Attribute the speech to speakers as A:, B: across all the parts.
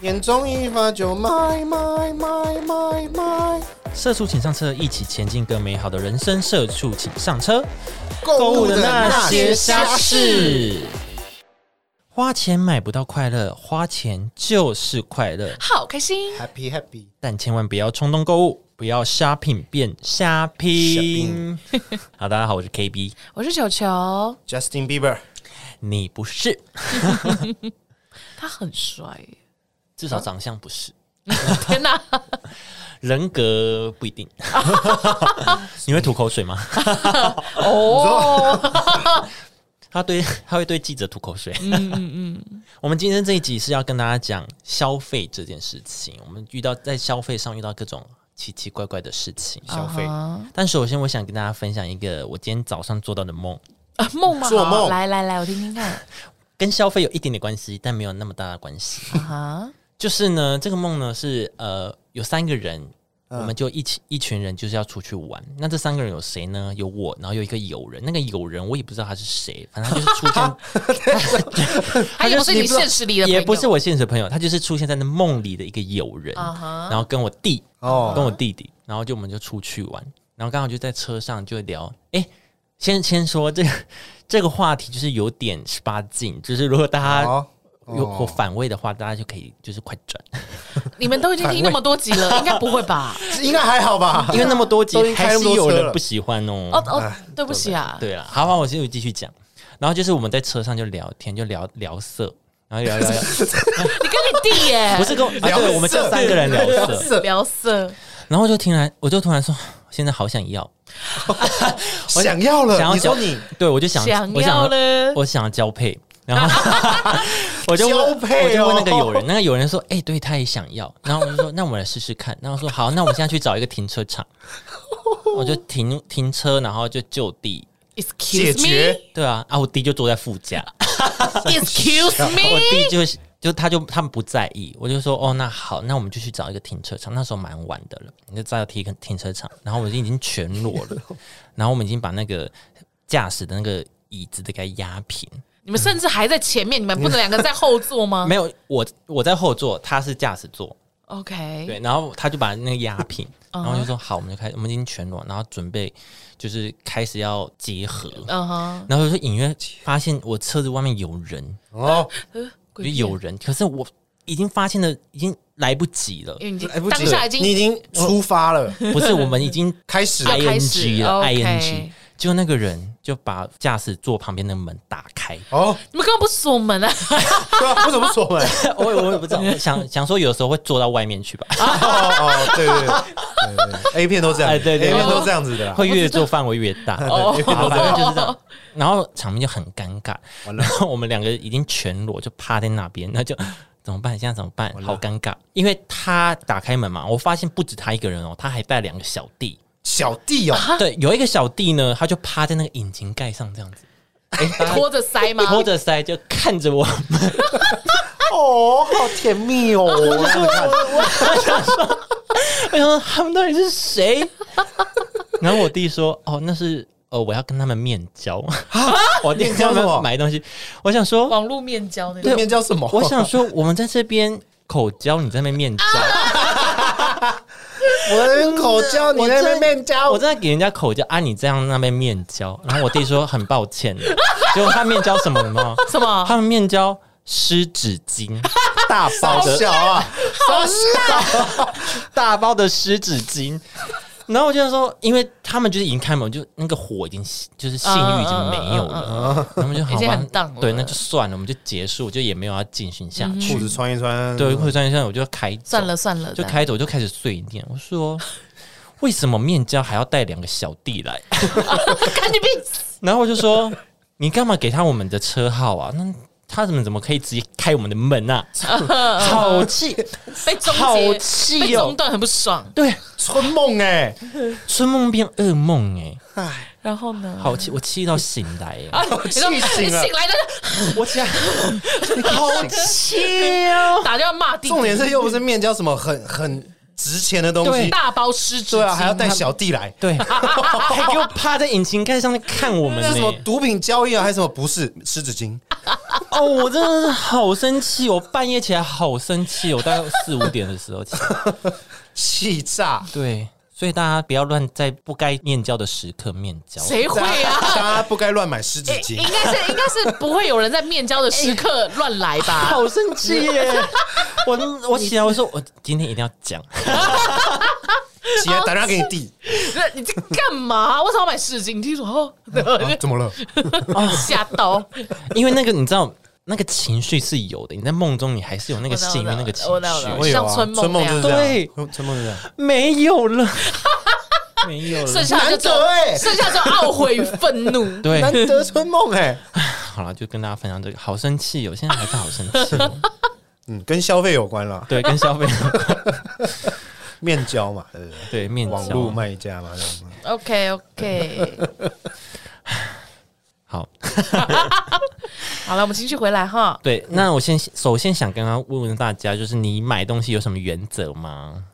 A: 年终一发就卖卖卖卖卖，
B: 社畜请上车，一起前进更美好的人生。社畜请上车，
A: 购物的那些虾事。。
B: 花钱买不到快乐，花钱就是快乐。
C: 好开心！
A: Happy Happy，
B: 但千万不要冲动购物，不要 shopping 变 shopping。好， 大家好，我是 KB，
C: 我是球球，
A: Justin Bieber，
B: 你不是，
C: 他很帅耶。
B: 至少长相不是，
C: 天哪，
B: 人格不 一定。 你会吐口水吗？
C: 哦，
B: 他对 他会对记者吐口水。嗯嗯嗯。 我们今天这一集是要跟大家讲消费这件事情，我们遇到在消费上遇到各种奇奇怪怪的事情。
A: 消费
C: 啊
B: 但首先，我想跟大家分享一个我今天早上做到的梦，
C: 啊梦吗？
A: 做梦
C: 来来来，我听听看
B: 跟消费有一点点关系，但没有那么大的关系。
C: 啊哈，
B: 就是呢，这个梦呢是呃有三个人，我们就一起一群人就是要出去玩。那这三个人有谁呢？有我，然后有一个友人，那个友人我也不知道他是谁，反正他就是出 现
C: 他也不哎是你现实里的朋友，
B: 也不是我现实朋友，他就是出现在那梦里的一个友人，
C: 啊哈
B: 然后跟我弟，
A: 哦
B: 跟我弟弟，然后就我们就出去玩，然后刚好就在车上就聊，哎、先先说这个 这个话题就是有点十八禁，就是如果大家
A: 好，
B: 有我反胃的话，大家就可以就是快 转，
C: 你们都已经听那么多集了，应该不会吧？
A: 应该还好吧？
B: 因为那么多集
A: 都已经
B: 还
A: 开那
B: 是
A: 么多
B: 有
A: 车
B: 人
A: 了
B: 不喜欢哦。
C: 哦哦，
A: 哎
C: 对不起啊，
B: 对了，好吧，我先继续讲，然后就是我们在车上就聊天，就聊聊色。然后聊聊聊，
C: 你跟你弟 耶，
B: 不是跟我，啊、对，我们就
A: 色
B: 三个人聊色，
C: 聊色，
B: 然后就突然，我就突然说，现在好想要，我
A: 想要了，
B: 想要
A: 你说
B: 交
A: 你
B: 对我就想，
C: 想
B: 我
C: 要
B: 想
C: 了
B: 我想要交配，然 后 我就问
A: 交配哦
B: 我就问那个友人，那个友人说，哎、对他也想要，然后我就说，那我们来试试看，然后说好，那我们现在去找一个停车场，我就停停车，然后就就地，
A: 解
C: Excuse
A: 决
C: me，Excuse
B: 对啊，啊，我弟就坐在副驾， 我
C: me，
B: 弟就是。就他就他们不在意，我就说哦，那好，那我们就去找一个停车场。那时候蛮晚的了，你就找到停停车场，然后我已经已经全裸 了，然后我们已经把那个驾驶的那个椅子都给它压平，
C: 你们甚至还在前面，你们不能两个在后座吗
B: 没有，我我在后座，他是驾驶座，
C: ？OK，
B: 对，然后他就把那个压平，
C: 嗯
B: 然
C: 哼
B: 后就说好，我们就开，我们已经全裸，然后准备就是开始要结合，
C: 嗯哼，
B: 然后就隐约发现我车子外面有人，
A: 哦，
C: 呃
B: 就
C: 鬼片
B: 有人，可是我已经发现了，已经来不及了
C: 因，为你已经
A: 哎来不及
C: 当
A: 了，
C: 下已
A: 你已
C: 经
A: 经哦哎出发了，
B: 不是，我们已经
A: 开始
C: 要开始
B: ing 了
C: OK
B: ing，就那个人就把驾驶座旁边的门打开，
A: 哦，
C: 你们根本不锁门啊！
A: 对啊，为什么不锁 门？
B: 我我也不知道，我 想想说有时候会坐到外面去吧，
A: 哦哦，对对对对 对，A 片都这样
B: 哎对对
A: ，A
B: 对
A: 片都这样子的啦，
B: 会越做范围越大。
C: 哦，
B: 好，反正就是这样。然后场面就很尴尬，
A: 完了
B: 然后我们两个已经全裸就趴在那边，那就怎么办？现在怎么办？
A: 完了
B: 好尴尬，因为他打开门嘛，我发现不止他一个人哦，他还带两个小弟。
A: 小弟哦，
B: 对，有一个小弟呢，他就趴在那个引擎盖上这样子，哎，
C: 拖着腮吗？
B: 拖着腮就看着我，
A: 哦，好甜蜜哦，我想看
B: 我想说他们到底是谁？ 然后我弟说：“哦，那是呃，我要跟他们面交。” 我弟
A: 面
B: 跟
A: 交
B: 他
A: 什么
B: 们买东西，我想说，
C: 网络面交那
A: 对
C: 种。
A: 面叫什么？
B: 我想说，我们在这边口交，你在那边面交，
A: 我在那边啊口交，你
B: 我
A: 在那
B: 在
A: 边面交，
B: 我正在给人家口交啊，你这样那边面交。 然后我弟说很抱歉的，结果他面交什么吗？
C: 什么？
B: 他们面交湿纸巾，大
A: 好
B: 包的
A: 小啊，好小，
B: 大包的湿纸巾。然后我就想说，因为他们就是已经开门，就那个火已经就是性欲已经没有了，然后我们就好
C: 嗯已经
B: 吧
C: 很荡了，
B: 对，那就算了，我们就结束，就也没有要进行下去。
A: 裤子穿一穿，
B: 对，或者算一算，我就开走
C: 算了算了，
B: 就
C: 这样
B: 开头就开始碎念，我说为什么面交还要带两个小弟来？
C: 干你屁事！
B: 然后我就说你干嘛给他我们的车号啊？那他怎么怎么可以直接开我们的门 啊？好气！
C: 被终
B: 好
C: 结，
B: 气
C: 被
B: 哦
C: 中断很不爽。
B: 对，
A: 春梦哎，
B: 春梦变噩梦哎、
A: 哎，
C: 然后呢？
B: 好气，我气到醒来哎、
C: 啊，你
A: 气
C: 说你
A: 醒了
C: 醒来的
B: 我起来好气哦！
C: 打电话骂弟弟，
A: 重点是又不是面交什么很很值钱的东西
B: 对，
C: 大包湿纸
A: 对啊，
C: 巾，
A: 还要带小弟来，
B: 对，还给我趴在引擎盖上面看我们
A: 是什么
B: 呢、
A: 毒品交易啊，还是什么？不是湿纸巾，
B: 哦，我真的是好生气，我半夜起来好生气，我大概四五点的时候起来。
A: 气炸！
B: 对，所以大家不要乱在不该面交的时刻面交。
C: 谁会啊？哎
A: 大家不该乱买湿纸
C: 诶
A: 巾
C: 应。该是应该是不会有人在面交的时刻乱来
A: 哎
C: 吧？
B: 好生气耶！ 我我起来我说我今天一定要讲，
C: 哎
A: 起
C: 啊
A: 来打电话给你弟，
C: 那你这干嘛？为什么要买湿巾？听说哦，
A: 啊怎么了？哦
C: 吓到
B: 因为那个你知道那个情绪是有的，你在梦中你还是有那个
C: 我知道
B: 性跟那个情
C: 我知道我知道
B: 绪，
A: 我有
C: 像
A: 啊，
C: 春梦
A: 春梦就是这样，
B: 那样
A: 春，春梦就是这样。
B: 没有 了，没有
C: 剩
B: 了。
C: 下的就只有
A: 难得欸
C: 剩下的就懊悔与愤怒。
B: 对，
A: 难得春梦哎，
B: 好了，就跟大家分享这个，好生气哦，现在还是好生气 哦。
A: 嗯，跟消费有关啦，
B: 对，跟消费
A: 面交嘛，对不对？
B: 对面
A: 网络
B: 交。
A: 卖家嘛，这样
C: OK OK，
B: 好，
C: 好了，我们情绪回来哈。
B: 对，那我先首先想刚刚问问大家，就是你买东西有什么原则吗？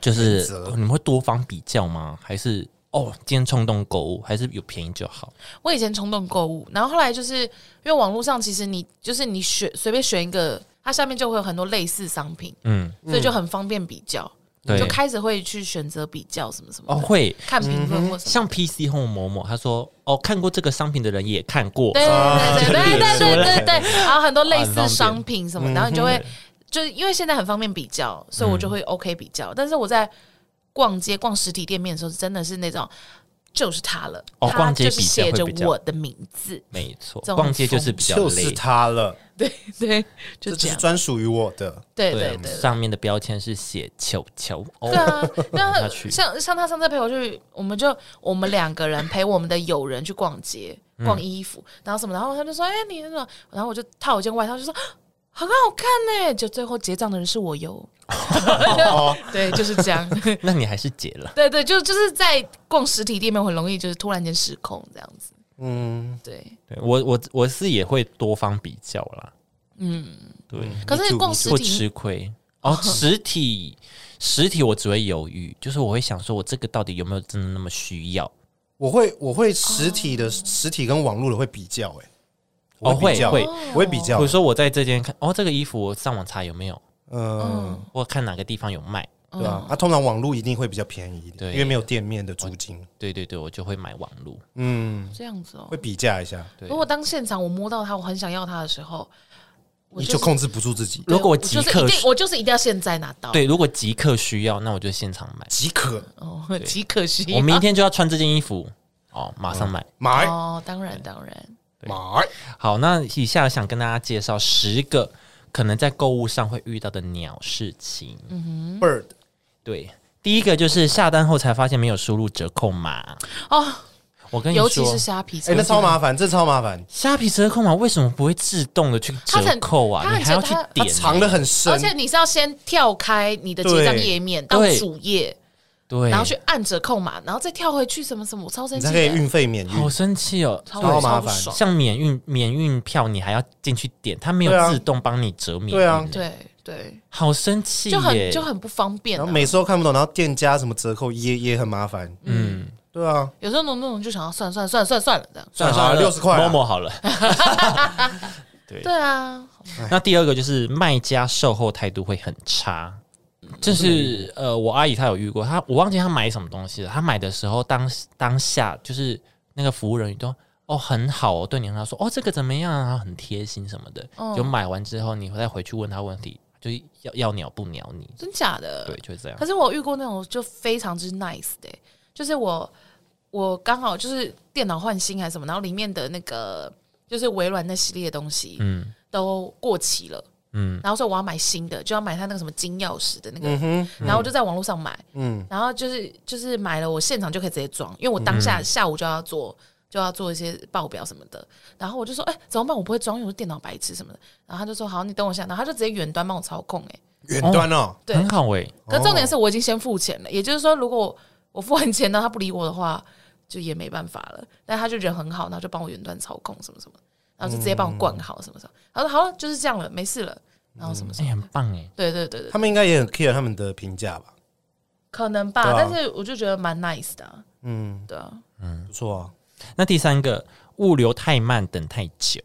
B: 就是
A: 原则
B: 你们会多方比较吗？还是哦，今天冲动购物，还是有便宜就好？
C: 我以前冲动购物，然后后来就是因为网络上其实你就是你选随便选一个，它下面就会有很多类似商品，
B: 嗯，
C: 所以就很方便比较，
B: 对
C: 就开始会去选择比较什么什么
B: 哦，
C: 的，
B: 会
C: 看评论或什么。
B: 像 PC Home 某某，他说哦，看过这个商品的人也看过，
C: 对对对对对对对对，然后很多类
B: 很
C: 似
B: 方便
C: 商品什么，然后你就会就是因为现在很方便比较，所以我就会 OK 比较。但是我在逛街逛实体店面的时候，真的是那种就是它了，
B: 哦
C: 它
B: 逛街
C: 就是
B: 比较
C: 写
B: 会
C: 着
B: 比较
C: 我的名字，
B: 没错，
C: 这种很
B: 逛街就是比较
A: 就
B: 累
A: 是。他了，
C: 对对，
A: 这
C: 就这
A: 就是
C: 样，
A: 专属于我的。
C: 对对对。
B: 上面的标签是写球球哦
C: 对，啊，
B: 他
C: 那
B: 去
C: 像像他上次陪我去，我们就我们两个人陪我们的友人去逛街，
B: 嗯
C: 逛衣服，然后什么，然后他就说：“哎、你那种。”然后我就套一件外套，就说啊：“很好看呢、就最后结账的人是我哟。
A: 哦，
C: 对，就是这样。
B: 那你还是结了。
C: 对对，就就是在逛实体店面很容易就是突然间失控这样子。
A: 嗯，
C: 对，
B: 对我我我是也会多方比较啦，嗯，对，
C: 可是逛实
B: 不
C: 体
B: 吃亏 哦。实体实体我只会犹豫，就是我会想说，我这个到底有没有真的那么需要？
A: 我会我会实体的实体跟网络的会比较，哎，
B: 哦
A: 我比较
B: 会
A: 我会比
B: 比
A: 较
B: 如，说我在这间看，哦，这个衣服我上网查有没有，
A: 嗯，
B: 或看哪个地方有卖。
A: 对吧？啊，通常网络一定会比较便宜一点，
B: 对
A: 因为没有店面的租金，
B: 对对对，我就会买网路。
A: 嗯，
C: 这样子哦
A: 会。比价一下，
B: 对
C: 如果当现场我摸到它，我很想要它的时候，我
A: 你就嗯控制不住自己，
C: 对
B: 如果我
C: 我
B: 即
C: 就是
B: 刻
C: 一定，我就是一定要现在拿到。
B: 对，如果即刻需要，那我就现场买。
A: 即可
C: 哦，极可惜。
B: 我明天就要穿这件衣服，哦，马上买。
A: 买
C: 哦，当然当然，
A: 买，
B: 好，那以下想跟大家介绍十个可能在购物上会遇到的鸟事情。
A: bird
B: 对，第一个就是下单后才发现没有输入折扣码
C: 哦。
B: 我跟你
C: 尤其
B: 说
C: 是，虾皮，
A: 哎、那超麻烦，这超麻烦，
B: 虾皮折扣码为什么不会自动的去
C: 它
B: 折
C: 很
B: 扣啊？
C: 它
B: 你
C: 很
B: 还要
C: 它
B: 去
A: 它
B: 点欸、
A: 藏的很深
C: 而，且你是要先跳开你的结账页面到
B: 对
C: 主页，
B: 对，
C: 然后去按折扣码，然后再跳回去什么什么，我超生
A: 你
C: 气
A: 才可以
C: 的，
A: 运费免运
B: 好，生气哦。
C: 超
A: 超麻
C: 不
A: 烦
C: 爽
B: 像免运免运票，你还要进去点，它没
A: 对
B: 有
A: 啊
B: 自动帮你折免运、
A: 对啊
C: 对对，
B: 好生气
C: 就很
B: 耶！
C: 就很不方便
A: 然
C: 啊。
A: 后每次都看不懂，然后店家什么折扣也也很麻烦，嗯，对啊，
C: 有时候弄弄就想要算算算算算了这样，
A: 算了算了，六十块
B: 某
A: 啊，
B: 某好了。
C: 对啊，
B: 那第二个就是卖家售后态度会很差，就是呃，我阿姨她有遇过，她我忘记她买什么东西了，她买的时候当当下就是那个服务人员都。哦，很好哦，对你很好，说哦，这个怎么样啊？很贴心什么的。
C: 哦
B: 就买完之后，你再回去问他问题，就是要要鸟不鸟你，
C: 真假的，
B: 对，就是这样
C: 可。是我遇过那种就非常之 nice 的欸、就是我我刚好就是电脑换新还是什么，然后里面的那个就是微软那系列的东西，嗯，都过期了。嗯，然后说我要买新的，就要买他那个什么金钥匙的那个，
A: 嗯
C: 然后我就在网络上买，嗯，然后就是就是买了，我现场就可以直接装，因为我当下下午就要做就要做一些报表什么的，然后我就说，哎、怎么办？我不会装，因为我是电脑白痴什么的，然后他就说好，你等我一下，然后他就直接远端帮我操控、欸，
A: 远端哦，
C: 对
B: 很好哎、
C: 可重点是我已经先付钱了，也就是说，如果我付完钱，然后他不理我的话，就也没办法了。但他就人很好，然后就帮我远端操控什么什么，然后就直接帮我灌好什么什么。然后说好了，就是这样了，没事了。然后什么什
B: 哎、很
C: 么，
B: 棒哎、
C: 对对对对，
A: 他们应该也很 care 他们的评价吧，
C: 可能吧。
A: 对啊
C: 但是我就觉得蛮 nice 的啊、
A: 嗯，
C: 对啊。
A: 不错啊，
B: 那第三个，物流太慢，等太久。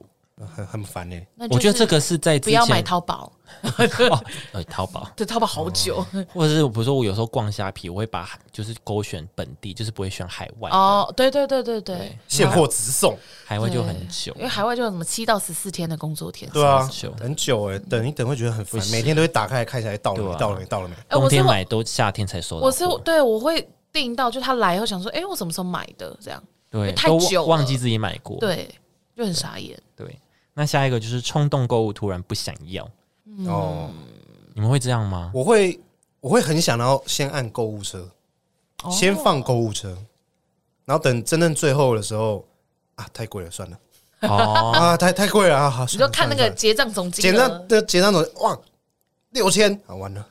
A: 很很烦哎、
C: 那
B: 我觉得
C: 就是
B: 这个是在之
C: 不要买
B: 前
C: 淘宝，
B: 哦呃淘宝，
C: 对，淘宝好久
B: 或者是比如说我有时候逛虾皮，我会把就是勾选本地，就是不会选海外的，
C: 哦，对对对对对
B: 对，
A: 现货直送，
C: 嗯
B: 海外就很久
C: 因。为海外就有什么七到十四天的工作天。
A: 对啊
B: 很久，
A: 很久哎、等一等会觉得很烦
B: 不，是
A: 每天都会打开来看一下，哎到了
B: 对
A: 没，
B: 啊
A: 到了没，到了没。
C: 哎，
B: 冬
C: 我是
B: 天
C: 我
B: 买啊都夏天才收到货，
C: 我是对，我会订到，就他来以后想说，哎，我什么时候买的？这样，
B: 对
C: 太
B: 都
C: 久
B: 忘
C: 了
B: 忘记自己买过。
C: 对，就很傻眼。
B: 对，那下一个就是冲动购物，突然不想要，
C: 嗯
A: 哦，
B: 你们会这样吗？
A: 我会我会很想要先按购物车，
C: 哦
A: 先放购物车，然后等真正最后的时候啊，太贵了，算了
B: 哦，
A: 啊，太太贵了啊，好，
C: 你
A: 算
C: 就
A: 了
C: 看那
A: 算
C: 个
A: 了
C: 结账总哦金
A: 算了结账
C: 额，
A: 的结账总哇六千啊，完了，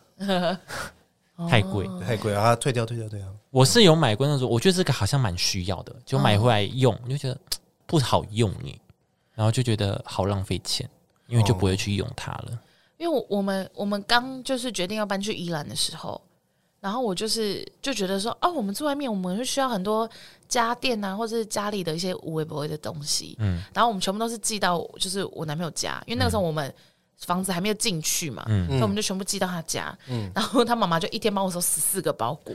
B: 太贵。
C: 哦嗯
A: 太贵了啊，退掉退掉退掉，
B: 我是有买过那种，我觉得这个好像蛮需要的，就买回来
C: 嗯
B: 用，就觉得嘖不好用耶，然后就觉得好浪费钱，因为就不会去用它了。
C: 因为我我们我们刚就是决定要搬去宜兰的时候，然后我就是就觉得说，哦，我们住外面，我们会需要很多家电啊，或者是家里的一些无微不微的东西，嗯，然后我们全部都是寄到就是我男朋友家，因为那个时候
A: 嗯
C: 我们。房子还没有进去嘛，所以我们就全部寄到他家。然后他妈妈就一天帮我收十四个包裹，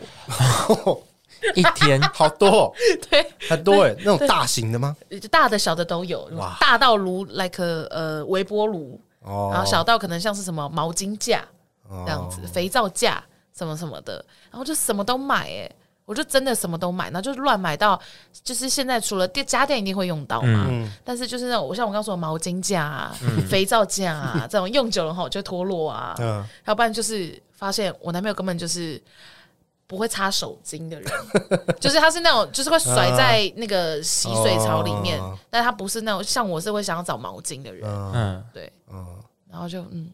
B: 一天
A: 好多哦、
C: 对，
A: 很多哎、那种大型的吗？
C: 就大的小的都有，大到如 like 呃微波炉，
A: 哦，
C: 然后小到可啊能像是什么毛巾架
A: 哦
C: 这样子，肥皂架什么什么的，然后就什么都买哎、我就真的什么都买，然后就乱买到，就是现在除了电家电一定会用到嘛，
A: 嗯
C: 但是就是那种我像我刚说的毛巾架啊、肥皂架啊这种用久了后就会脱落啊，
A: 嗯
C: 要不然就是发现我男朋友根本就是不会擦手巾的人， 就是他是那种就是会甩在那个洗水槽里面，
A: 嗯哦
C: 但他不是那种像我是会想要找毛巾的人，
A: 嗯
B: 嗯，
C: 对，
A: 嗯，
C: 然后就嗯，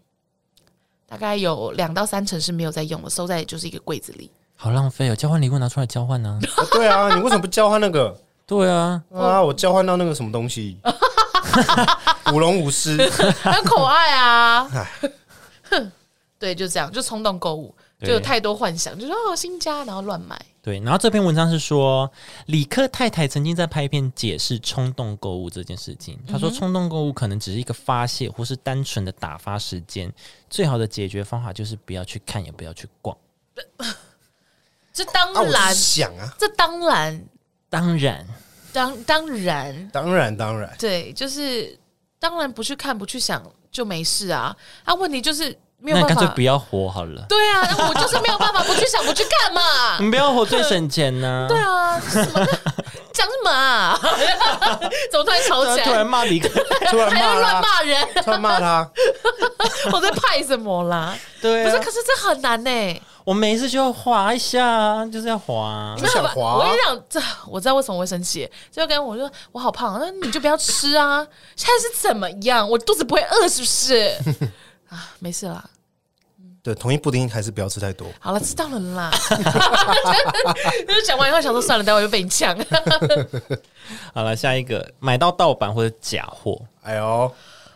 C: 大概有两到三成是没有在用的，收在就是一个柜子 里。
B: 好浪费哦，交换礼物拿出来交换 呢、
A: 啊对啊，你为什么不交换那个？
B: 对啊，
A: 啊！
C: 哦
A: 我交换到那个什么东 西，舞龙舞狮，
C: 很可爱啊
A: 唉。
C: 对，就这样，就冲动购物，
B: 对
C: 就有太多幻想，就说哦新家，然后乱买。
B: 对。然后这篇文章是说，李克太太曾经在拍片解释冲动购物这件事情。她
C: 嗯
B: 说，冲动购物可能只是一个发泄，或是单纯的打发时间。最好的解决方法就是不要去看，也不要去逛。
C: 这当
A: 啊，我
C: 然，
A: 就想啊，
C: 这当然，
B: 当然，
C: 当当然，
A: 当然当然，
C: 对，就是当然不去看，不去想就没事啊。啊，问题就是没有
B: 那
C: 办
B: 干脆
C: 法
B: 不。要活好了。
C: 对啊，那我就是没有办法不去想，不去看嘛。
B: 你不要活最省钱呢、
C: 对啊，什么讲什么啊？ 怎么突然吵起
B: 啊突然
C: 来？
B: 骂李克，
A: 突然
C: 还
A: 骂啊
C: 要乱
A: 他，
C: 骂人？
A: 突然骂他，
C: 我在派什么啦？
B: 对
C: 不是，
B: 啊
C: 可，是这很难呢、
B: 我每一次就要滑一下啊，就是要滑啊、
A: 就想滑啊
C: 我跟你讲，这我知道为什么我会生气，就跟我说我好胖，啊那你就不要吃啊。现在是怎么样？我肚子不会饿是不是？ 啊，没事啦，
A: 对，同一布丁还是不要吃太多，
C: 好了，知道了啦。 就是讲完以后想说算了，待会又被你呛。
B: 好了，下一个买到盗版或者假货，
A: 哎呦，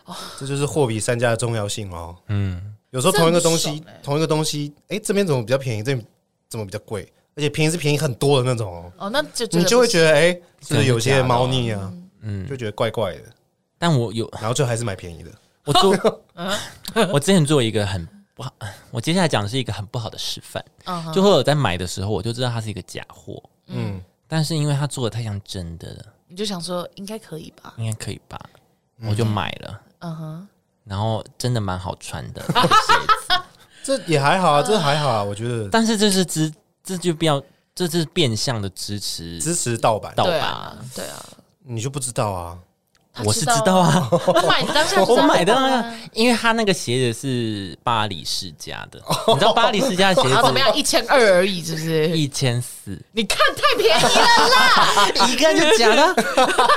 C: 哦
A: 这就是货比三家的重要性哦，嗯，有时候同一个东
C: 这很
A: 西
C: 不爽欸，
A: 同一个东西，哎，这边怎么比较便宜，这边怎么比较贵，而且便宜是便宜很多的那种哦，
C: 哦，那就真的
A: 你就会觉得，哎，是不是有
B: 真
A: 些
B: 的假的
A: 猫腻啊，嗯，就觉得怪怪的，
B: 但我有
A: 然后就还是买便宜的，
B: 我 做，
C: 嗯
B: 我之前做一个很不好，我接下来讲的是一个很不好的示范，
C: 嗯哼
B: 就会有在买的时候我就知道它是一个假货，嗯，但是因为它做的太像真的了，
C: 你就想说应该可以吧？
B: 应该可以吧，我就买了，
C: 嗯哼，
B: 然后真的蛮好穿的 鞋子。
A: 这也还好啊，这还好啊，我觉得
B: 但是这是支，这就比较，这是变相的支持
A: 支持盗版，
B: 盗
C: 对
B: 版。
C: 啊，对啊，
A: 你就不知道啊，
C: 他
B: 我是
C: 啊
B: 知道，啊，
C: 我买的当下
B: 我买的
C: 啊。
B: 啊，因为他那个鞋子是巴黎世家的，你知道巴黎世家的鞋
C: 然哦后怎么
B: 子
C: 样？一千二而已，是不是？
B: 一千四，
C: 你看太便宜 了啦，
B: 一看就假的，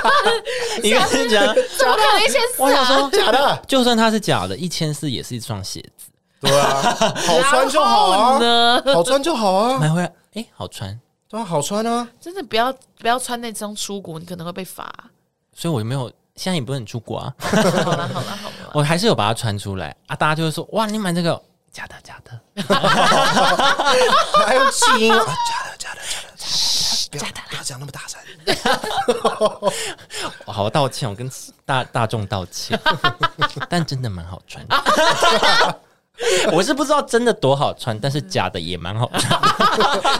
B: 一看就假的。
C: 怎么可能一千四
B: 我想
C: 啊？
B: 说，
A: 假的，
B: 就算它是假的，一千四也是一双鞋子，
A: 对啊，好穿就好
C: 然后
A: 啊，
C: 呢？
A: 好穿就好啊，
B: 买回来哎好穿，
A: 对啊，好穿啊，
C: 真的不要不要穿那双出国，你可能会 被罚。
B: 所以我就没有。现在也不能出国啊，
C: 好了好了好了，
B: 我还是有把它穿出来啊，大家就会说哇，你买这个假的假的，
A: 还有气音啊，假的假的假的，
C: 假的啦，
A: 讲那么大声？
B: 我好道歉，我跟 大大众道歉， 但真的 蛮好穿。我是不知道真的多好穿，但是假的也蛮好 穿。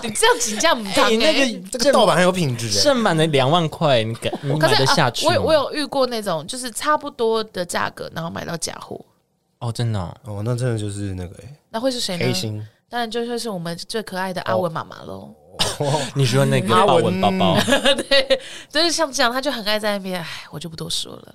C: 你这样请假不当、
B: 哎你那
C: 欸
B: 个
A: 哎这个盗版很有品质、欸，
B: 正版的两万块，你敢你
C: 可
B: 买
C: 是
B: 得下
C: 啊，
B: 去吗？
C: 我有我有遇过那种，就是差不多的价格，然后买到假货，
B: 哦，真的哦
A: 哦，那真的就是那个、欸、
C: 那会是谁
A: 黑
C: 呢？
A: 心
C: 当然就会是我们最可爱的阿文妈妈喽。
B: 你说那个
C: 啊
A: 阿
B: 豹
A: 文
B: 纹包包，
C: 对，就是像这样，他就很爱在那边，哎，我就不多说了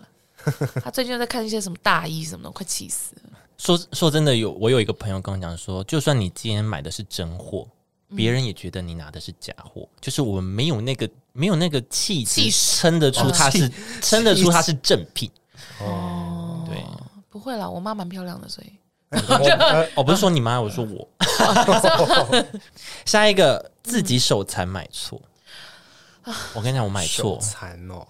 C: 啦。他最近又在看一些什么大衣什么的，快气死了。
B: 说说真的有，我有一个朋友跟我讲说，就算你今天买的是真货，别人也觉得你拿的是假货，就是我们没有那个没有那个气
C: 气
B: 质
C: 势
B: 撑得出它是
A: 气
B: 撑得出它是正品。
C: 哦，
B: 对，
C: 不会啦，我妈蛮漂亮的，所以
B: 我啊哦不是说你妈，我说我。 下一个自己手残买错，我跟你讲，我买
A: 手
B: 错，
A: 残哦，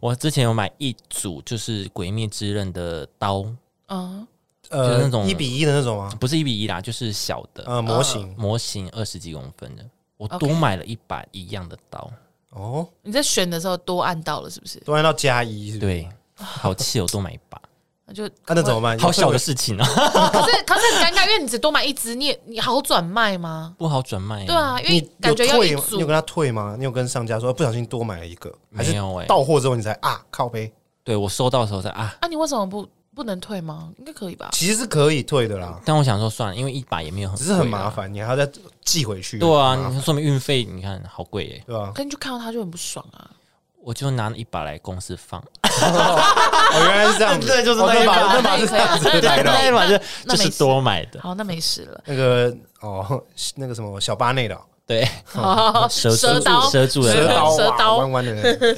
B: 我之前有买一组就是《鬼灭之刃》的刀，
C: 嗯，
B: 就是
A: 呃
B: 那，种
A: 一比一的那种啊，
B: 不是一比一啦，就是小的，
A: 呃，模型
B: 模型二十几公分的，我
C: OK
B: 多买了一把一样的刀，
A: 哦，
C: 你在选的时候多按到了是不是？
A: 都按到加一，是不是？啊
B: 对，好气哦，多买一 把，
C: 那就哦
A: 那那怎么办？
B: 好小的事情啊，
C: 可是可是很尴尬，因为你只多买一只，你也你好转卖吗？
B: 不好转卖、啊，
C: 对，啊，因
A: 哎你
C: 为
A: 有
C: 感觉要
A: 退吗？你
C: 一
A: 有
C: 组
A: 跟他退吗？你有跟商家说呃不小心多买了一个，还是
B: 没有哎、
A: 到货之后你才啊靠背？
B: 对我收到的时候才啊，
C: 啊，你为什么不不能退吗？应该可以吧？
A: 其实是可以退的啦，
B: 但我想说算了，因为一把也没有很、
A: 只是很麻，烦，你还要再寄回去。
B: 对
A: 很麻
B: 啊，你
A: 烦
B: 看说明运费你看好贵耶、
A: 对吧？
C: 可你就看到他就很不爽啊。
B: 我就拿一把来公司放，
A: 哦，原来是这 样子，
B: 对就是
A: 哦
B: 那
A: 那
B: 一把
A: 把那把
C: 那
A: 是
C: 可
A: 这
C: 以
A: 样子
C: 对
A: 来的
C: 那
A: 哦。
B: 一把就
C: 那
B: 就
C: 没
B: 是
C: 事
B: 多买的，
C: 好，那没事了。
A: 那个哦， 那个什么小巴内的哦
B: 对， 蛇
C: 蛇刀
B: 住蛇住
A: 哦蛇
B: 的
A: 刀，
C: 蛇
A: 哇
C: 刀
A: 弯弯的那 个，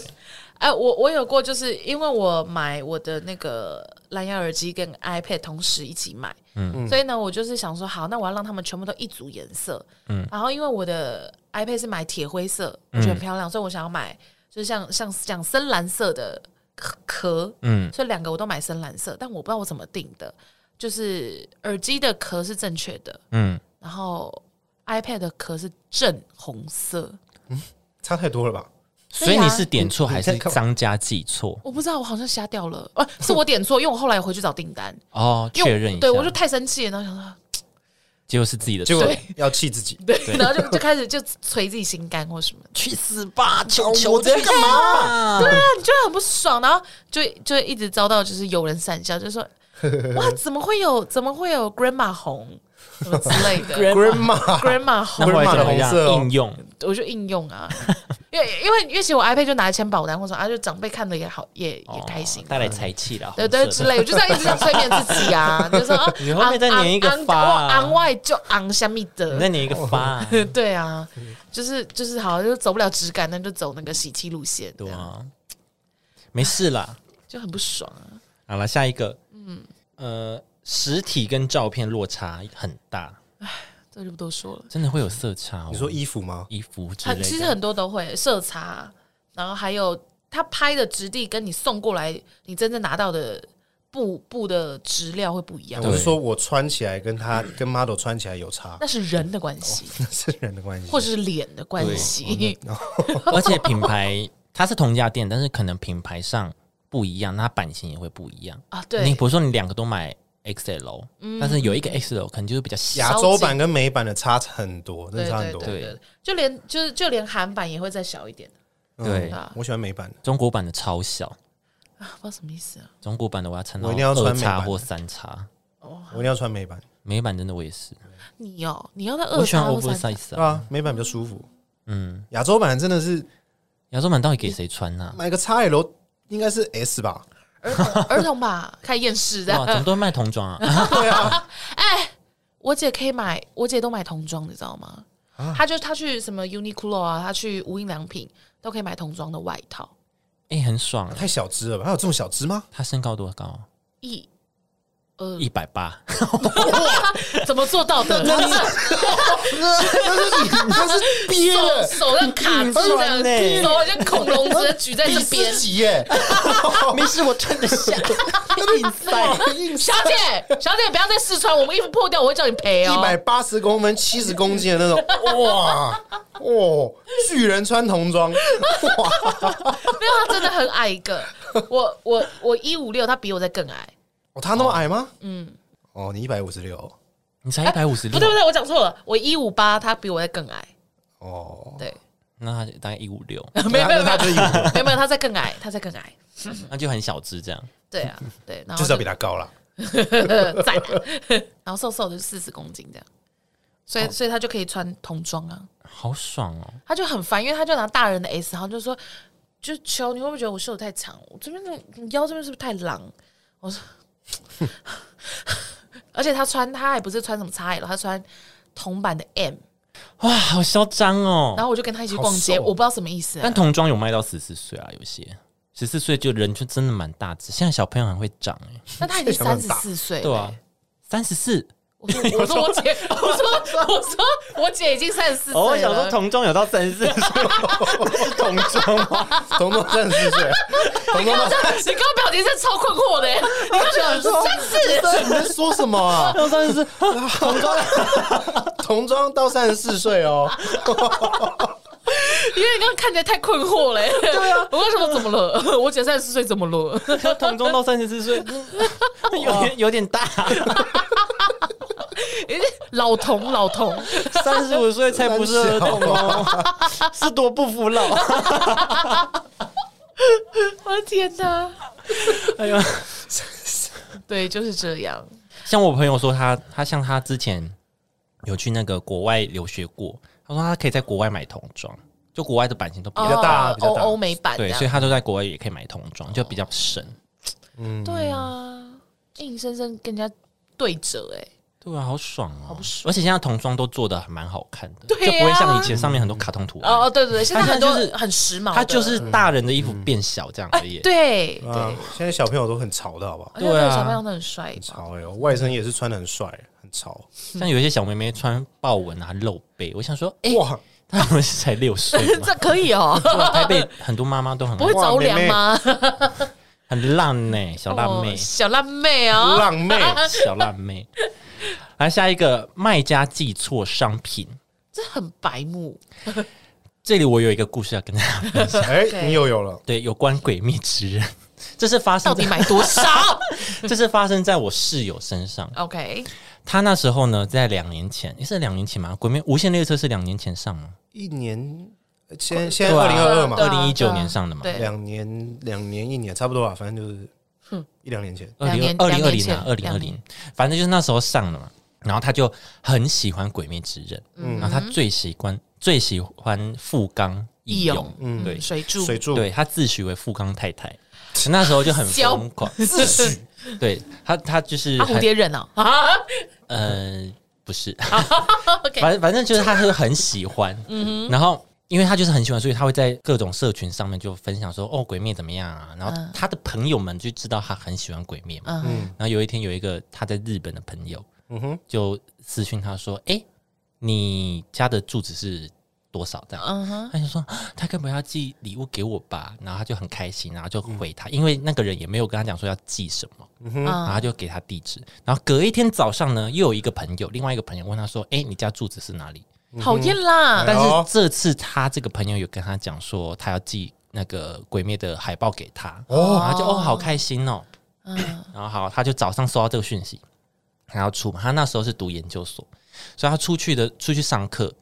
C: 哎，我我有过，就是因为我买我的那个蓝牙耳机跟 iPad 同时一起买，嗯，所以呢，我就是想说，好，那我要让他们全部都一组颜色，嗯，然后因为我的 iPad 是买铁灰色，我觉得很漂亮，所以我想要买就是像像像深蓝色的壳壳，
B: 嗯，
C: 所以两个我都买深蓝色，但我不知道我怎么定的，就是耳机的壳是正确的，
B: 嗯，
C: 然后 iPad 的壳是正红色，
A: 差太多了吧？
B: 所以
C: 对
B: 你
C: 啊
B: 是点错
A: 你
B: 还
A: 你
B: 是
A: 在干嘛
B: 商家记错？
C: 我不知道，我好像瞎掉了，呃、是我点错，因为我后来回去找订单。
B: 哦，
C: 因
B: 确
C: 为我
B: 认一下，
C: 对我就太生气了，然后想说，
B: 结果是自己的
A: 结
B: 错，
A: 果要气自己，
C: 对， 然后就就开始就捶自己心肝或什么，
B: 去死吧，
A: 哦
B: 求
A: 我这干
B: 嘛？
C: 对啊，你就会很不爽，然后就就一直遭到就是有人讪 笑，就说哇，怎么会有怎么会有 grandma 红什么之类 的
A: grandma
C: grandma
B: 那
C: 红，
B: 后来怎么
A: 红色哦
B: 样？应用
C: 我就应用啊， 因为因为因为其实我 iPad 就拿来签保单或者啊，就长辈看了也好也也开心啊
B: 哦，带来财气了，
C: 对对
B: 红
C: 之
B: 色的
C: 类，我就这样一直想催眠自己啊，就说啊，
B: 你后面再粘一个
C: 昂
B: 发啊
C: 昂昂外就昂下面的，
B: 你那你一个发，
C: 对啊，
B: 嗯
C: 就是就是好，就走不了质感，那就走那个喜气路线，
B: 对
C: 这样
B: 啊，没事啦。
C: 就很不爽啊。
B: 好了，下一个，嗯，呃，实体跟照片落差很大，
C: 这就不多说了，
B: 真的会有色差哦。
A: 你说衣服吗？
B: 衣服之类
C: 很
B: 的，
C: 其实很多都会色差，然后还有他拍的质地跟你送过来，你真正拿到的布布的质量会不一
B: 啊
C: 样，
A: 我是说我穿起来跟他跟 model 穿起来有差，
C: 那是人的关系，
B: 哦
A: 那是人的关系。
C: 或者是脸的关系。
B: 而且品牌它是同家店，但是可能品牌上不一样，那它版型也会不一样。
C: 啊，
B: 你
C: 对嗯
B: 比，如说你两个都买 XL，但是有一个 XL 可能就是比较小。
A: 亚洲版跟美版的差很多，真
C: 对
A: 的差很
C: 对
A: 多。
C: 对对，就连就是就连韩版也会再小一点，
B: 对
C: 啊
A: 我喜欢美版的，
B: 中国版的超小，
C: 啊不知道什么意思啊。
B: 中国版的我要撑到
A: 我一定要穿
B: 二
A: 美版
B: 叉
A: 的
B: 或三叉，
A: 我一定要穿美
C: 嗯
A: 版。
B: 美版真的我也是，
C: 你哦，你要那二
B: 我喜欢
C: 叉或三叉
B: oversize
A: 对
B: 啊。
A: 啊，美版比较舒服。
B: 嗯，
A: 亚洲版真的是
B: 亚洲版到底给谁穿啊呐、
A: 买个 XL 应该是 S 吧？
C: 儿童儿童吧，开始厌世这
B: 哇，
C: 样
B: 怎。么都卖童装啊？
C: 我姐可以买，我姐都买童装，你知道吗？
A: 啊
C: 她就她去什么 Uniqlo 啊，她去无印良品都可以买童装的外套，
B: 哎、很爽、啊。
A: 太小只了吧？还有这么小只吗？
B: 他身高多高啊？
C: 一呃，
B: 一百八，
C: 怎么做到 的？
A: 那你那是你，那是憋
C: 手
A: 的，
C: 手让卡住
B: 很酸，
C: 的
B: 欸
C: 手像恐龙直接举在这
A: 你
C: 边
A: 自。己 耶，
B: 没事，我撑得下。
A: 硬塞硬塞
C: 小，姐，小姐，不要再试穿，我们衣服破掉，我会叫你赔哦。
A: 一百八十公分，七十公斤的那种，哇哦，巨人穿童装，哇，
C: 没有，他真的很矮一个。我我我一五六，他比我再更矮。
A: 哦，他那么矮吗？嗯，哦，你一百五十六，
B: 你才一百五十
C: 不
B: 六
C: 对，不对，我讲错了，我一五八，他比我再更矮。
A: 哦，
C: 对，
B: 那他就大概一五六，
C: 没有没有没
A: 那
C: 有
A: 他就一
C: 没
A: 五六
C: 有没有，他再更矮，他再更矮。
B: 那就很小只这样。
C: 对啊，对，然后
A: 就是要比他高啦。
C: 呃 在，然后瘦瘦的就四十公斤这样，所以、所以他就可以穿童装啊，
B: 好爽哦！
C: 他就很烦，因为他就拿大人的 S，然后就说，就求你会不会觉得我袖子太长？我这边的你腰这边是不是太狼？我说， 而且他穿他还不是穿什么 XL，他穿铜版的 M，
B: 哇， 好嚣张
C: 然
B: 哦！
C: 后我就跟他一起逛街，
A: 好瘦哦
C: 我不知道什么意思、啊
B: 但童装有卖到十四岁啊，有些十四岁就人就真的蛮大只。现在小朋友很会长哎、
C: 但他已经
A: 这
C: 三
A: 想
C: 十
A: 法
C: 四岁了，
B: 对啊，三十四。
C: 我说我说我姐，我说我说我姐已经三十四岁了。
B: 哦，我想说童装有到三十 四岁，是童装吗？
A: 童装三十四 岁，童装
C: 你刚 你刚刚表情是超困惑的耶，你刚想说三四，
A: 到你在说什么啊？
B: 到三十四，
A: 童装 童装到三十四岁哦，
C: 因为你刚刚看起来太困惑了耶。对啊，我为什么怎么了？ 我姐三十四岁怎么 了？
B: 说童装到三十四岁， 嗯有点有点大。
C: 欸老童老童，
B: 三十五岁才不是儿童哦，是多不服老。
C: 我的天哪！
B: 哎呀，
C: 对，就是这样。
B: 像我朋友说他，他像他之前有去那个国外留学过，他说他可以在国外买童装，就国外的版型都比较、
A: 较大
C: 哦
A: 比较
C: 欧
A: 大
C: 欧美版这
B: 对，
C: 样
B: 所以他都在国外也可以买童装，就比较省。嗯
C: 对啊，硬生生跟人家对折哎。
B: 对啊，好爽哦！
C: 不
B: 而且现在童装都做的蛮好看的，
C: 对啊
B: 就不会像以前上面很多卡通图案。
C: 哦哦，对对对，现在
B: 他现
C: 很
B: 在
C: 多
B: 就是
C: 很时髦的，
B: 它就是大人的衣服变小这样而已。
C: 对
A: 啊
C: 对，，
A: 现在小朋友都很潮的好不好？
C: 而且那个小朋友都很帅
A: 很
B: 啊
C: 吧。
A: 潮哎、我外甥也是穿的很帅，很潮。
B: 像有一些小妹妹穿豹纹啊、露背，我想说，
C: 欸
B: 哎、
A: 哇，
B: 她们是才六岁 吗？
C: 这可以哦，
B: 对啊台北很多妈妈都很
C: 不会着凉吗？
B: 很浪呢、小辣妹，
C: 哦小辣妹啊，
A: 浪哎妹，
B: 小辣妹。来下一个，卖家寄错商品。
C: 这很白目。
B: 这里我有一个故事要跟大家分享，
A: 哎、
C: 对
A: 你又有了，
B: 对，有关《鬼灭之刃》，这是发生
C: 到底
B: 在
C: 买多 少
B: 这是发生在我室友身上。
C: ？OK，
B: 他那时候呢，在两年前，也是两年前吗？《鬼灭无限列车》是两年前上吗？
A: 一年，呃现现在
B: 对啊
A: 二零二二嘛
C: 对，
B: 二
C: 啊
B: 零一九年上的嘛，
C: 对
A: 两年两年一年差不多吧，反正就是，一两年前。
B: 二
C: 两
B: 零
C: 年
B: 二零二
C: 两年
B: 零
C: 前
B: 啊，二零二
C: 两
B: 零
C: 年，
B: 反正就是那时候上的嘛。然后他就很喜欢《鬼灭之刃》，
C: 嗯
B: 然后他最喜欢最喜欢富冈义勇，
C: 嗯
B: 对
C: 水柱
A: 水柱，
B: 对，他自诩为富冈太太，那时候就很
C: 交
B: 疯 狂，对他他就是
C: 啊，蝴
B: 很
C: 蝶忍哦
A: 嗯
C: 啊
B: 呃不是，
C: ，OK，嗯
B: 反正反正就是他是很喜 欢，然后。因为他就是很喜欢，所以他会在各种社群上面就分享说：“哦，鬼灭怎么样啊？”然后他的朋友们就知道他很喜欢鬼灭嘛。
C: 嗯，
B: 然后有一天有一个他在日本的朋友，
A: 嗯哼，
B: 就私讯他说：“哎、你家的住址是多少？”这样，
C: 嗯哼，
B: 他就说啊他该不会要寄礼物给我吧？然后他就很开心，然后就回他，因为那个人也没有跟他讲说要寄什么，然后
C: 啊
B: 他就给他地址。然后隔一天早上呢，又有一个朋友，另外一个朋友问他说：“哎、你家住址是哪里？”
C: 讨厌啦，
A: 哎
B: 但
A: 呦
B: 是这次他这个朋友有跟他讲说，他要寄那个《鬼灭》的海报给他，哦，然后就哦好开心哦， 然后好，他就早上收到这个讯息，他要出门，他那时候是读研究所，所以他出去的出去上课，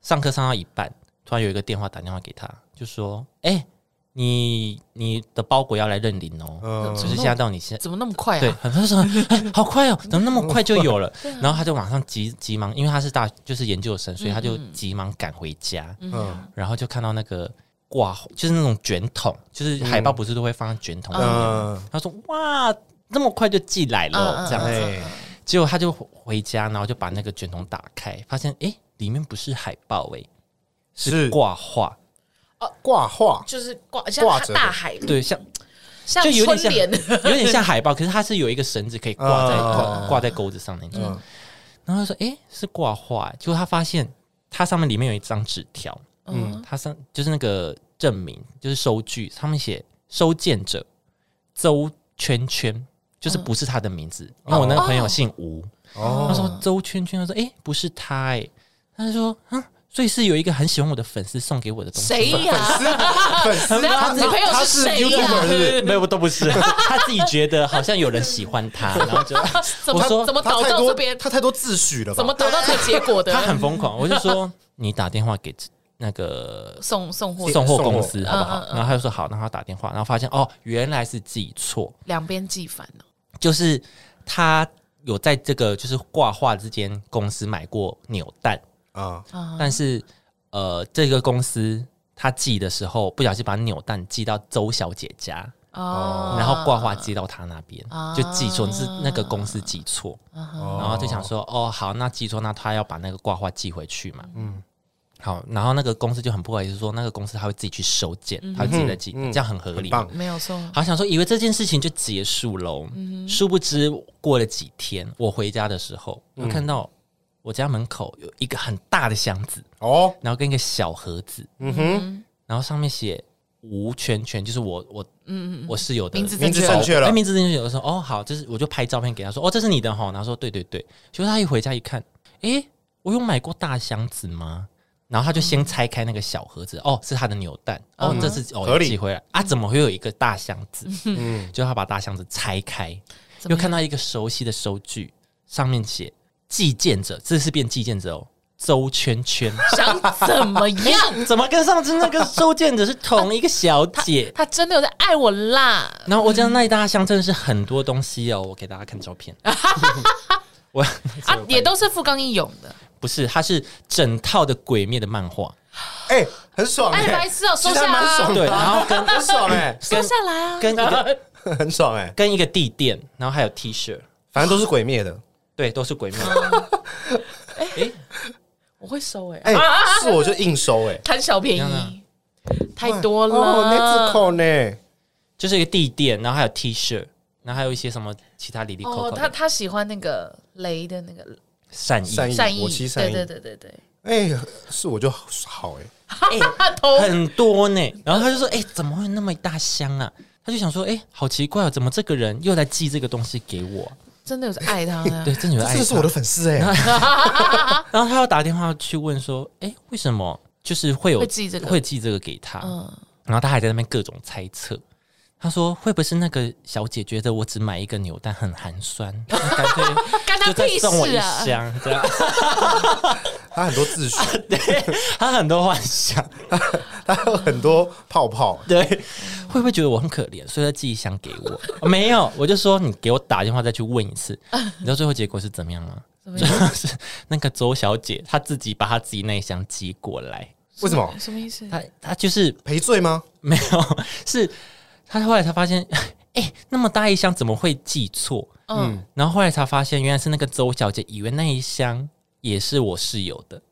B: 上课上到一半，突然有一个电话打电话给他，就说，哎、你你的包裹要来认领
A: 嗯
B: 哦，
C: 呃
B: 只是现在到你现在。
C: 怎么那么快
B: 对
C: 啊？，
B: 他说什么？哎好快哦，怎么那么快就有了？然后他就马上急急忙，因为他是大就是研究生，所以他就急忙赶回家，
A: 嗯，
B: 然后就看到那个挂，就是那种卷筒，就是海报不是都会放在卷筒里面吗？
A: 嗯，
B: 他说哇，那么快就寄来了，
C: 嗯
B: 这样子。
A: 哎，
B: 结果他就回家，然后就把那个卷筒打开，发现诶里面不是海报、诶
A: 是
B: 挂画，
A: 挂画，
C: 就是挂像
A: 挂着的
C: 大海，
B: 对，像
C: 像
B: 就有点
C: 春
B: 像
C: 联，
B: 有点像海报，可是它是有一个绳子可以挂在挂挂在钩子上那种。然后他说：“诶，是挂画。”结果他发现它上面里面有一张纸条，
C: 嗯，
B: 它上就是那个证明，就是收据，上面写收件者周圈圈，就是不是他的名字。因为我那个朋友姓吴，
A: 哦
B: 他说周圈圈，他说：“诶，不是他、诶，他就说：“嗯，所以是有一个很喜欢我的粉丝送给我的东西。”
C: 谁呀？
A: 粉丝
C: 谁啊
A: 他
C: 你朋友
A: 他
C: 是
A: 是
C: 谁呀
A: YouTuber 是不是？
B: 没有，都不是，他自己觉得好像有人喜欢他，然后就
C: 怎
B: 我
C: 么
B: 说
C: 怎么
A: 他
C: 导
A: 太
C: 到
A: 多
C: 这边？
A: 他太多自诩了吧？
C: 怎么导到这个结果的
B: 他？很疯狂，我就说你打电话给那个
C: 送送货
B: 送货
A: 送货
B: 公司好不好
C: 嗯
B: 然
C: 嗯？
B: 后他就说好，然后他打电话，然后发现哦，原来是记错，
C: 两边记反了，
B: 就是他有在这个就是挂画之间公司买过扭蛋，
A: 啊？
C: 嗯
B: 但是呃，这个公司他寄的时候不小心把扭蛋寄到周小姐家，
C: 哦，
B: 然后挂画寄到他那边，
C: 啊
B: 就寄错是那个公司寄错，
A: 然
B: 然后就想说，哦，好，那寄错，那他要把那个挂画寄回去嘛，嗯，好，然后那个公司就很不好意思说，那个公司他会自己去收件，他会自己来寄，
A: 嗯
B: 这样很合
A: 很。
B: 理
A: 棒
C: 没有错，
B: 好想说，以为这件事情就结束喽，殊不知过了几天，我回家的时候，
A: 嗯
B: 我看到我家门口有一个很大的箱子，
A: 哦，
B: 然后跟一个小盒子，
A: 嗯哼，
B: 然后上面写吴圈圈，就是我我嗯我室友的
C: 名字
A: 名字正确
B: 哎，
A: 了，
B: 名字正确。我说哦好，这是我就拍照片给他说哦这是你的哈，然后说对对对，结果他一回家一看，诶，我有买过大箱子吗？然后他就先拆开那个小盒子，哦，是他的扭蛋，哦，这是哦
A: 嗯合理
B: 寄回来啊，怎么会有一个大箱子？
A: 嗯，
B: 就他把大箱子拆开，
C: 怎么
B: 又
C: 样
B: 看到一个熟悉的收据，上面写寄件者，这是变寄件者哦，周圈圈，
C: 想怎么样？
B: 怎么跟上次那个收件者是同一个小姐？
C: 他真的有在爱我啦！
B: 然后我讲那一大箱真的是很多东西哦，我给大家看照片。我
C: 啊，也都是富冈义勇的，
B: 不是，它是整套的《鬼灭》的漫画，
A: 哎，很爽
C: 哎，白
A: 哎，
C: 痴哦，
A: 其
C: 收
A: 实还
C: 下
A: 蛮
C: 啊
A: 爽，
B: 对，然后跟
A: 很爽哎，
C: 收下来啊！
B: 跟一个
A: 很爽哎，
B: 跟一个地垫，然后还有 T 恤，
A: 反正都是鬼灭的。
B: 对，都是《鬼灭》。
C: 我会收哎，
A: 哎，是我就硬收哎，
C: 贪小便
B: 怎样啊
C: 宜，太多
A: 哦，那只
C: 了。
A: 口呢？
B: 就是一个地垫，然后还有 T 恤，然后还有一些什么其他里里扣
C: 哦，
B: 扣
C: 他
B: 的
C: 他喜欢那个雷的那个
B: 善意，
A: 善意
C: 善意
A: 我骑，善
C: 对
A: 意
C: 对对对对，
A: 哎，是我就好哎，
C: 他头
B: 很多呢。然后他就说：“哎、怎么会有那么一大箱啊？”他就想说：“哎、好奇怪哦，怎么这个人又来寄这个东西给我啊、
C: 真的有在爱他啊 呢。
B: 对，真的有爱
A: 这个是
B: 他
A: 我的粉丝哎，
B: 然后他又打电话去问说：“哎、为什么就是会有
C: 会寄这个
B: 会寄这个给他？”
C: 嗯
B: 然后他还在那边各种猜测。他说：“会不会是那个小姐觉得我只买一个扭蛋很寒酸，那干 脆
C: 干他
B: 就再
C: 屁
B: 送我一
C: 事啊！
B: 箱？”这样，
A: 他很多自诩，
B: 他很多幻想，
A: 他有很多泡泡，
B: 对，会不会觉得我很可怜，所以他寄一箱给我？没有，我就说你给我打电话再去问一 次。你知道最后结果是怎么样吗？ 就是那个周小姐她自己把她自己那一箱寄过来，
A: 为什么
C: 什么意思？
B: 她她就是
A: 赔罪吗？
B: 没有，是他后来才发现，哎、那么大一箱怎么会寄错？
C: 嗯，
B: 然后后来才发现，原来是那个周小姐以为那一箱也是我室友的，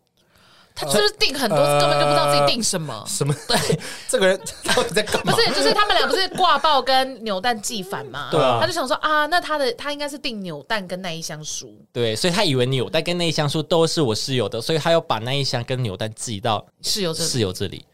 C: 他是不是订很多，
A: 呃
C: 根本就不知道自己订什么？
A: 什么？ 这个人到底在干
C: 不
A: 嘛？
C: 是，就是他们俩不是挂报跟扭蛋寄反吗？
B: 对啊
C: 他就想说啊，那他的他应该是订扭蛋跟那一箱书，
B: 对，所以她以为扭蛋跟那一箱书都是我室友的，所以她要把那一箱跟扭蛋寄到
C: 是有这个
B: 室友这里。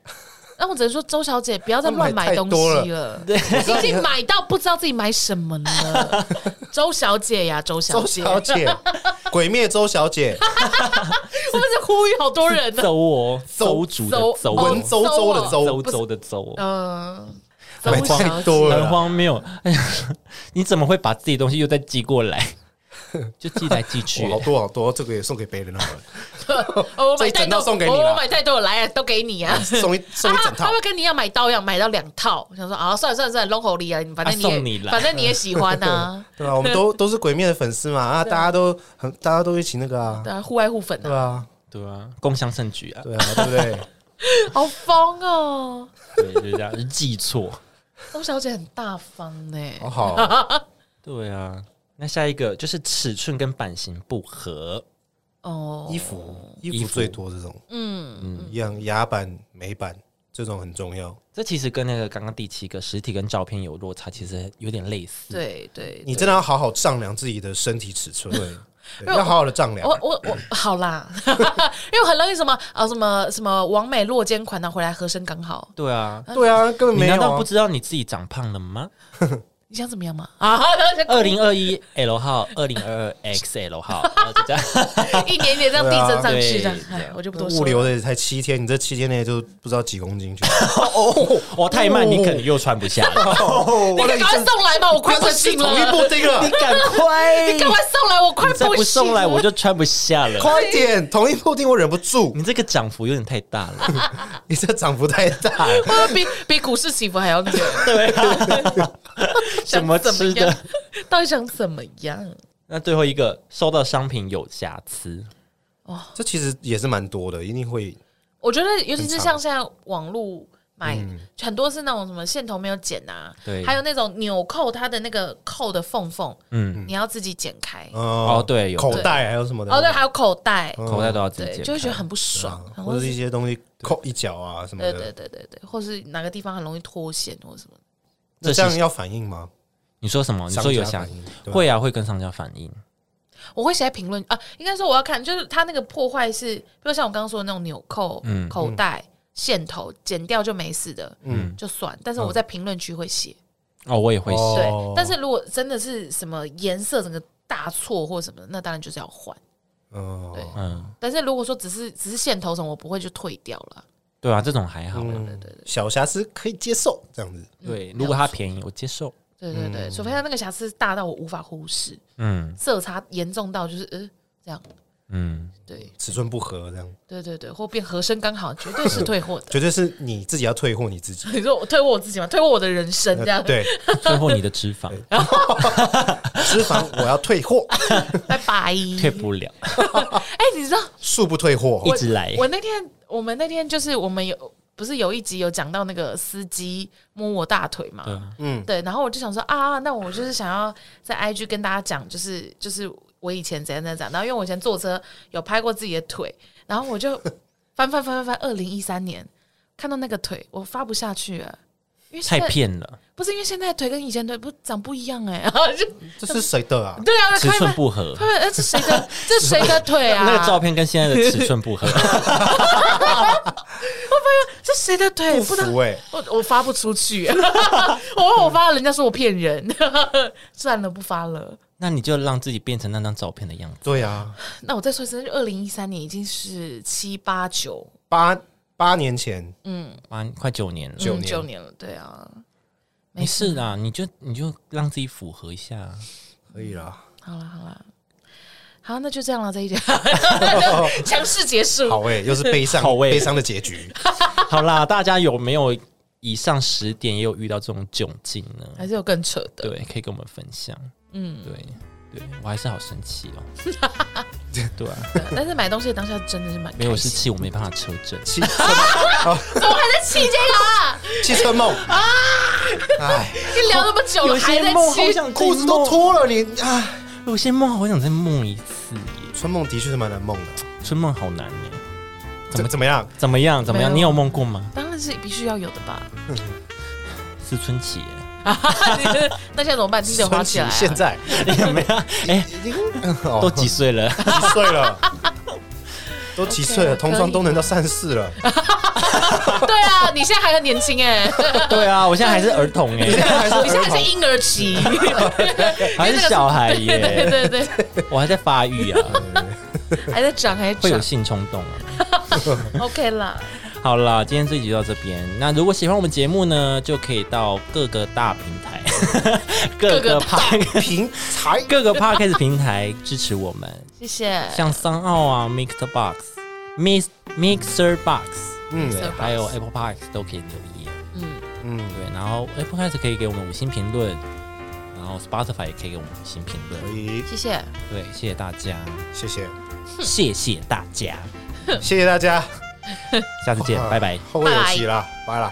C: 那我只能说，周小姐不要再乱买东
A: 他买太
C: 西
A: 多
C: 了，已经买到不知道自己买什 么了。周小姐呀，周小
A: 周
C: 姐，
A: 小姐， 鬼灭周小姐，
C: 我们在呼吁好多人呢。
B: 周哦，
A: 周
B: 周主的周
C: 哦
A: 文绉绉的
B: 周
A: 周，
B: 周的周哦，
C: 嗯，周
A: 买
C: 小姐
A: 太多
B: 很
A: 了啦。
B: 荒谬。哎呀，你怎么会把自己的东西又再寄过来？ 就寄来寄去、欸
A: 哇好多好多，这个也送给别人好了，
C: 哦我
A: 这
C: 买
A: 一
C: 太
A: 整
C: 多，
A: 套送给你啦
C: 哦我买太多了，来啊，都给你啊。
A: 送一 送一
C: 他
A: 整
C: 他
A: 套
C: 会。跟你要买到一样，买到两套，我想说啊，算了算了算了，龙口里啊，反正你
B: 啊送你
C: 也
B: 啦
C: 反正你也喜欢啊 呐，
A: 对啊吧？我们都都是鬼灭的粉丝嘛啊，大家都很，大家都一起那个啊
C: 对，啊，互爱互粉
A: 对
C: 啊，
A: 啊，
B: 对啊，共襄盛举啊。
A: 对啊，对不对？
C: 好疯哦。
B: 对，就是这样，就记错。
C: 周小姐很大方呢，
A: 哦好好，
B: 对啊，那下一个就是尺寸跟版型不合，
C: 哦
A: 衣，服
B: 衣
A: 衣
B: 服嗯
C: 嗯
A: 服最多这种，嗯，一样牙板、美版，这种很重要。
B: 这其实跟那个刚刚第七个实体跟照片有落差，其实有点类似。
C: 对对，
A: 你真的要好好丈量自己的身体尺寸，对
C: 因为我
A: 要好好的丈量
C: 我。我 我好啦， 因为我很容易什么啊什么什么完美落肩款，然后啊回来合身刚好。
B: 对啊，
C: 呃
A: 对啊，根本
B: 你
A: 没
B: 难
A: 有
B: 道
A: 啊
B: 不。知道你自己长胖了吗？
C: 你想怎么样嘛？啊，然后就
B: 二零二一 L 号，二零二二 XL 号，然后就这样。
C: 一点一点这样递增上去，
B: 对
C: 这样，
B: 这
C: 哎
B: 样，
C: 我就不多
A: 啊物
C: 说
A: 流
C: 了。
A: 的也才七天，你这七天内就不知道几公 斤去。
B: 哦，哦，太慢，你可能又穿不下了。
A: 哦
C: 你赶快送来吧，我快不行
A: 同一
C: 了。
A: 布丁了
B: 你，赶快，
C: 你赶快送来，我快
B: 你再不
C: 行
B: 送来
C: 了。
B: 我就穿不下了。
A: 快点！同一布丁我忍不住，
B: 你这个涨幅有点太大了。
A: 你这涨幅太大 了。
C: 我 比比股市起伏还要那个，
B: 对啊，
C: 想
B: 什么
C: 怎么
B: 吃
C: 样
B: 的？？
C: 到底想怎么样？
B: 那最后一个，收到商品有瑕疵，
A: 这其实也是蛮多的，一定会
C: 我觉得，尤其是
A: 很长
C: 像现在网络买，很多是那种什么线头没有剪啊，
B: 嗯对
C: 还有那种纽扣它的那个扣的缝缝，嗯，你要自己剪开。
A: 哦
B: 对有
A: 口袋还有什么的
C: 哦，对，还有口袋，
B: 口袋都要自己
C: 哦对，
B: 剪，啊
C: 就会觉得很不爽，然
A: 或
C: 后
A: 者是一些东西扣一角啊什么
C: 对对
A: 的，
C: 对对对，或是哪个地方很容易脱线或什么。
A: 那这样要反应吗？
B: 你说什么？你说有瑕
A: 商家反应对吧
B: 会啊，会跟商家反映。
C: 我会写在评论啊，应该说我要看，就是它那个破坏是，比如像我刚刚说的那种纽扣、口袋、线头，剪掉就没事的，嗯，就算。但是我在评论区会写，
B: 哦，我也会
A: 哦
B: 写。
C: 对。但是如果真的是什么颜色整个大错或什么的，那当然就是要换。
A: 哦
C: 对
B: 嗯，
C: 但是如果说只是只是线头什么，我不会就退掉了。
B: 对啊，这种还好。
A: 嗯小瑕疵可以接受这样子。
B: 对，如果它便宜，我接受。
C: 对对对，除非它那个瑕疵大到我无法忽视，
B: 嗯
C: 色差严重到就是呃这样，
B: 嗯，
C: 对
A: 尺寸不合，这样
C: 对对对，或变合身刚好，绝对是退 货的。
A: 绝对是你自己要退货你自己。呃
C: 你说我退货我自己吗？退货我的人生这 样，
A: 对，
B: 嗯最后你的脂肪
A: 脂肪我要退货，
C: 拜拜。
B: 退不了，
C: 哎，你知道
A: 恕不退货
B: 一。直来。
C: 我那天我们那天就是我们有不是有一集有讲到那个司机摸我大腿嘛？嗯，对，然后我就想说啊，那我就是想要在 IG 跟大家讲，就是就是我以前怎样怎样怎样，然后因为我以前坐车有拍过自己的腿，然后我就翻翻翻翻翻，二零一三年看到那个腿，我发不下去了。因为现
B: 太
C: 在
B: 骗了，
C: 不是因为现在的腿跟以前的腿不长不一样哎、 然后就
A: 这是谁的啊？
C: 对啊，
B: 尺
C: 快
B: 寸
C: 翻
B: 不合，
C: 快翻，呃这谁 的这谁的腿啊？
B: 那个照片跟现在的尺寸不合，
C: 这谁的腿？啊
A: 不
C: 不知道
A: 服哎，
C: 我我发不出去， 我我发了，人家说我骗人， 算了，不发了。
B: 那你就让自己变成那张照片的样子。
A: 对啊，
C: 那我再说一次，二零一三年已经是七八九
A: 八八年前
B: 哇，快九年了，
A: 九年
C: 嗯九年了，对啊，
B: 没事啦，你就你就让自己符合一下。
A: 可以啦。
C: 好了好了，好，那就这样了， 这一集强势结束。
A: 好哎，又是悲伤
B: 好欸
A: 悲伤的结局。
B: 好啦，大家有没有以上十点也有遇到这种窘境呢？
C: 还是有更扯的，
B: 对，可以跟我们分享。嗯，对对，我还是好生气 哦。对啊，
C: 但是买东西的当下真的是蛮
B: 没有
C: 开
B: 是
C: 心
B: 气，我没办法求证。
A: 汽
C: 的。怎么还在气这个啊？
A: 汽车 梦，哎，
C: 已经聊那么久了，还在气？
B: 想
A: 裤子都
B: 脱，
A: 脱了，你啊，
B: 有些梦好想再梦一次耶。
A: 春梦的确是蛮难梦的。
B: 春梦好难耶。
A: 怎么怎么样？
B: 怎么样？怎么样？
C: 没
B: 你
C: 有
B: 有梦过吗？
C: 当然是必须要有的吧。
B: 思春期耶？
C: 那现在怎么办？听着滑起来啊、
A: 现在
B: 有没有？哎，
A: 已经哦都
B: 都几岁 了？
A: 几岁了，都几岁了，
C: OK，
A: 同窗都能到三十四了，
C: 对啊，你现在还很年轻哎、
B: 对啊，我现在还是儿童
A: 你现
B: 哎，
A: 在 还是
C: 你现在
A: 儿
C: 还是
A: 童，
C: 婴儿期，
B: 还是小孩
C: 对 对
B: 耶，
C: 对对，
B: 我还在发育 啊，
C: 对还在长，还在
B: 会有
C: 长
B: 性冲动啊。
C: ，OK 啦，
B: 好啦，今天这集就到这边。那如果喜欢我们节目呢，就可以到各个大平台、 各
C: 各
B: 个
C: 个
B: p
A: 平才
B: 各个 podcast 平台支持我们，
C: 谢谢。
B: 像桑奥啊、Mixer Box、Mix Mixer Box，
A: 嗯
B: 对，还有 Apple Podcast 都可以留言。
A: 嗯，
B: 对，然后 Apple Podcast 可以给我们五星评论，然后 Spotify 也可以给我们五星评
A: 可
B: 论。
A: 以，
C: 谢谢，
B: 对，谢谢大家，
A: 哎谢谢，
B: 谢谢大家，
A: 谢谢大家，
B: 下次见，拜拜。
A: 后会有期啦，拜啦。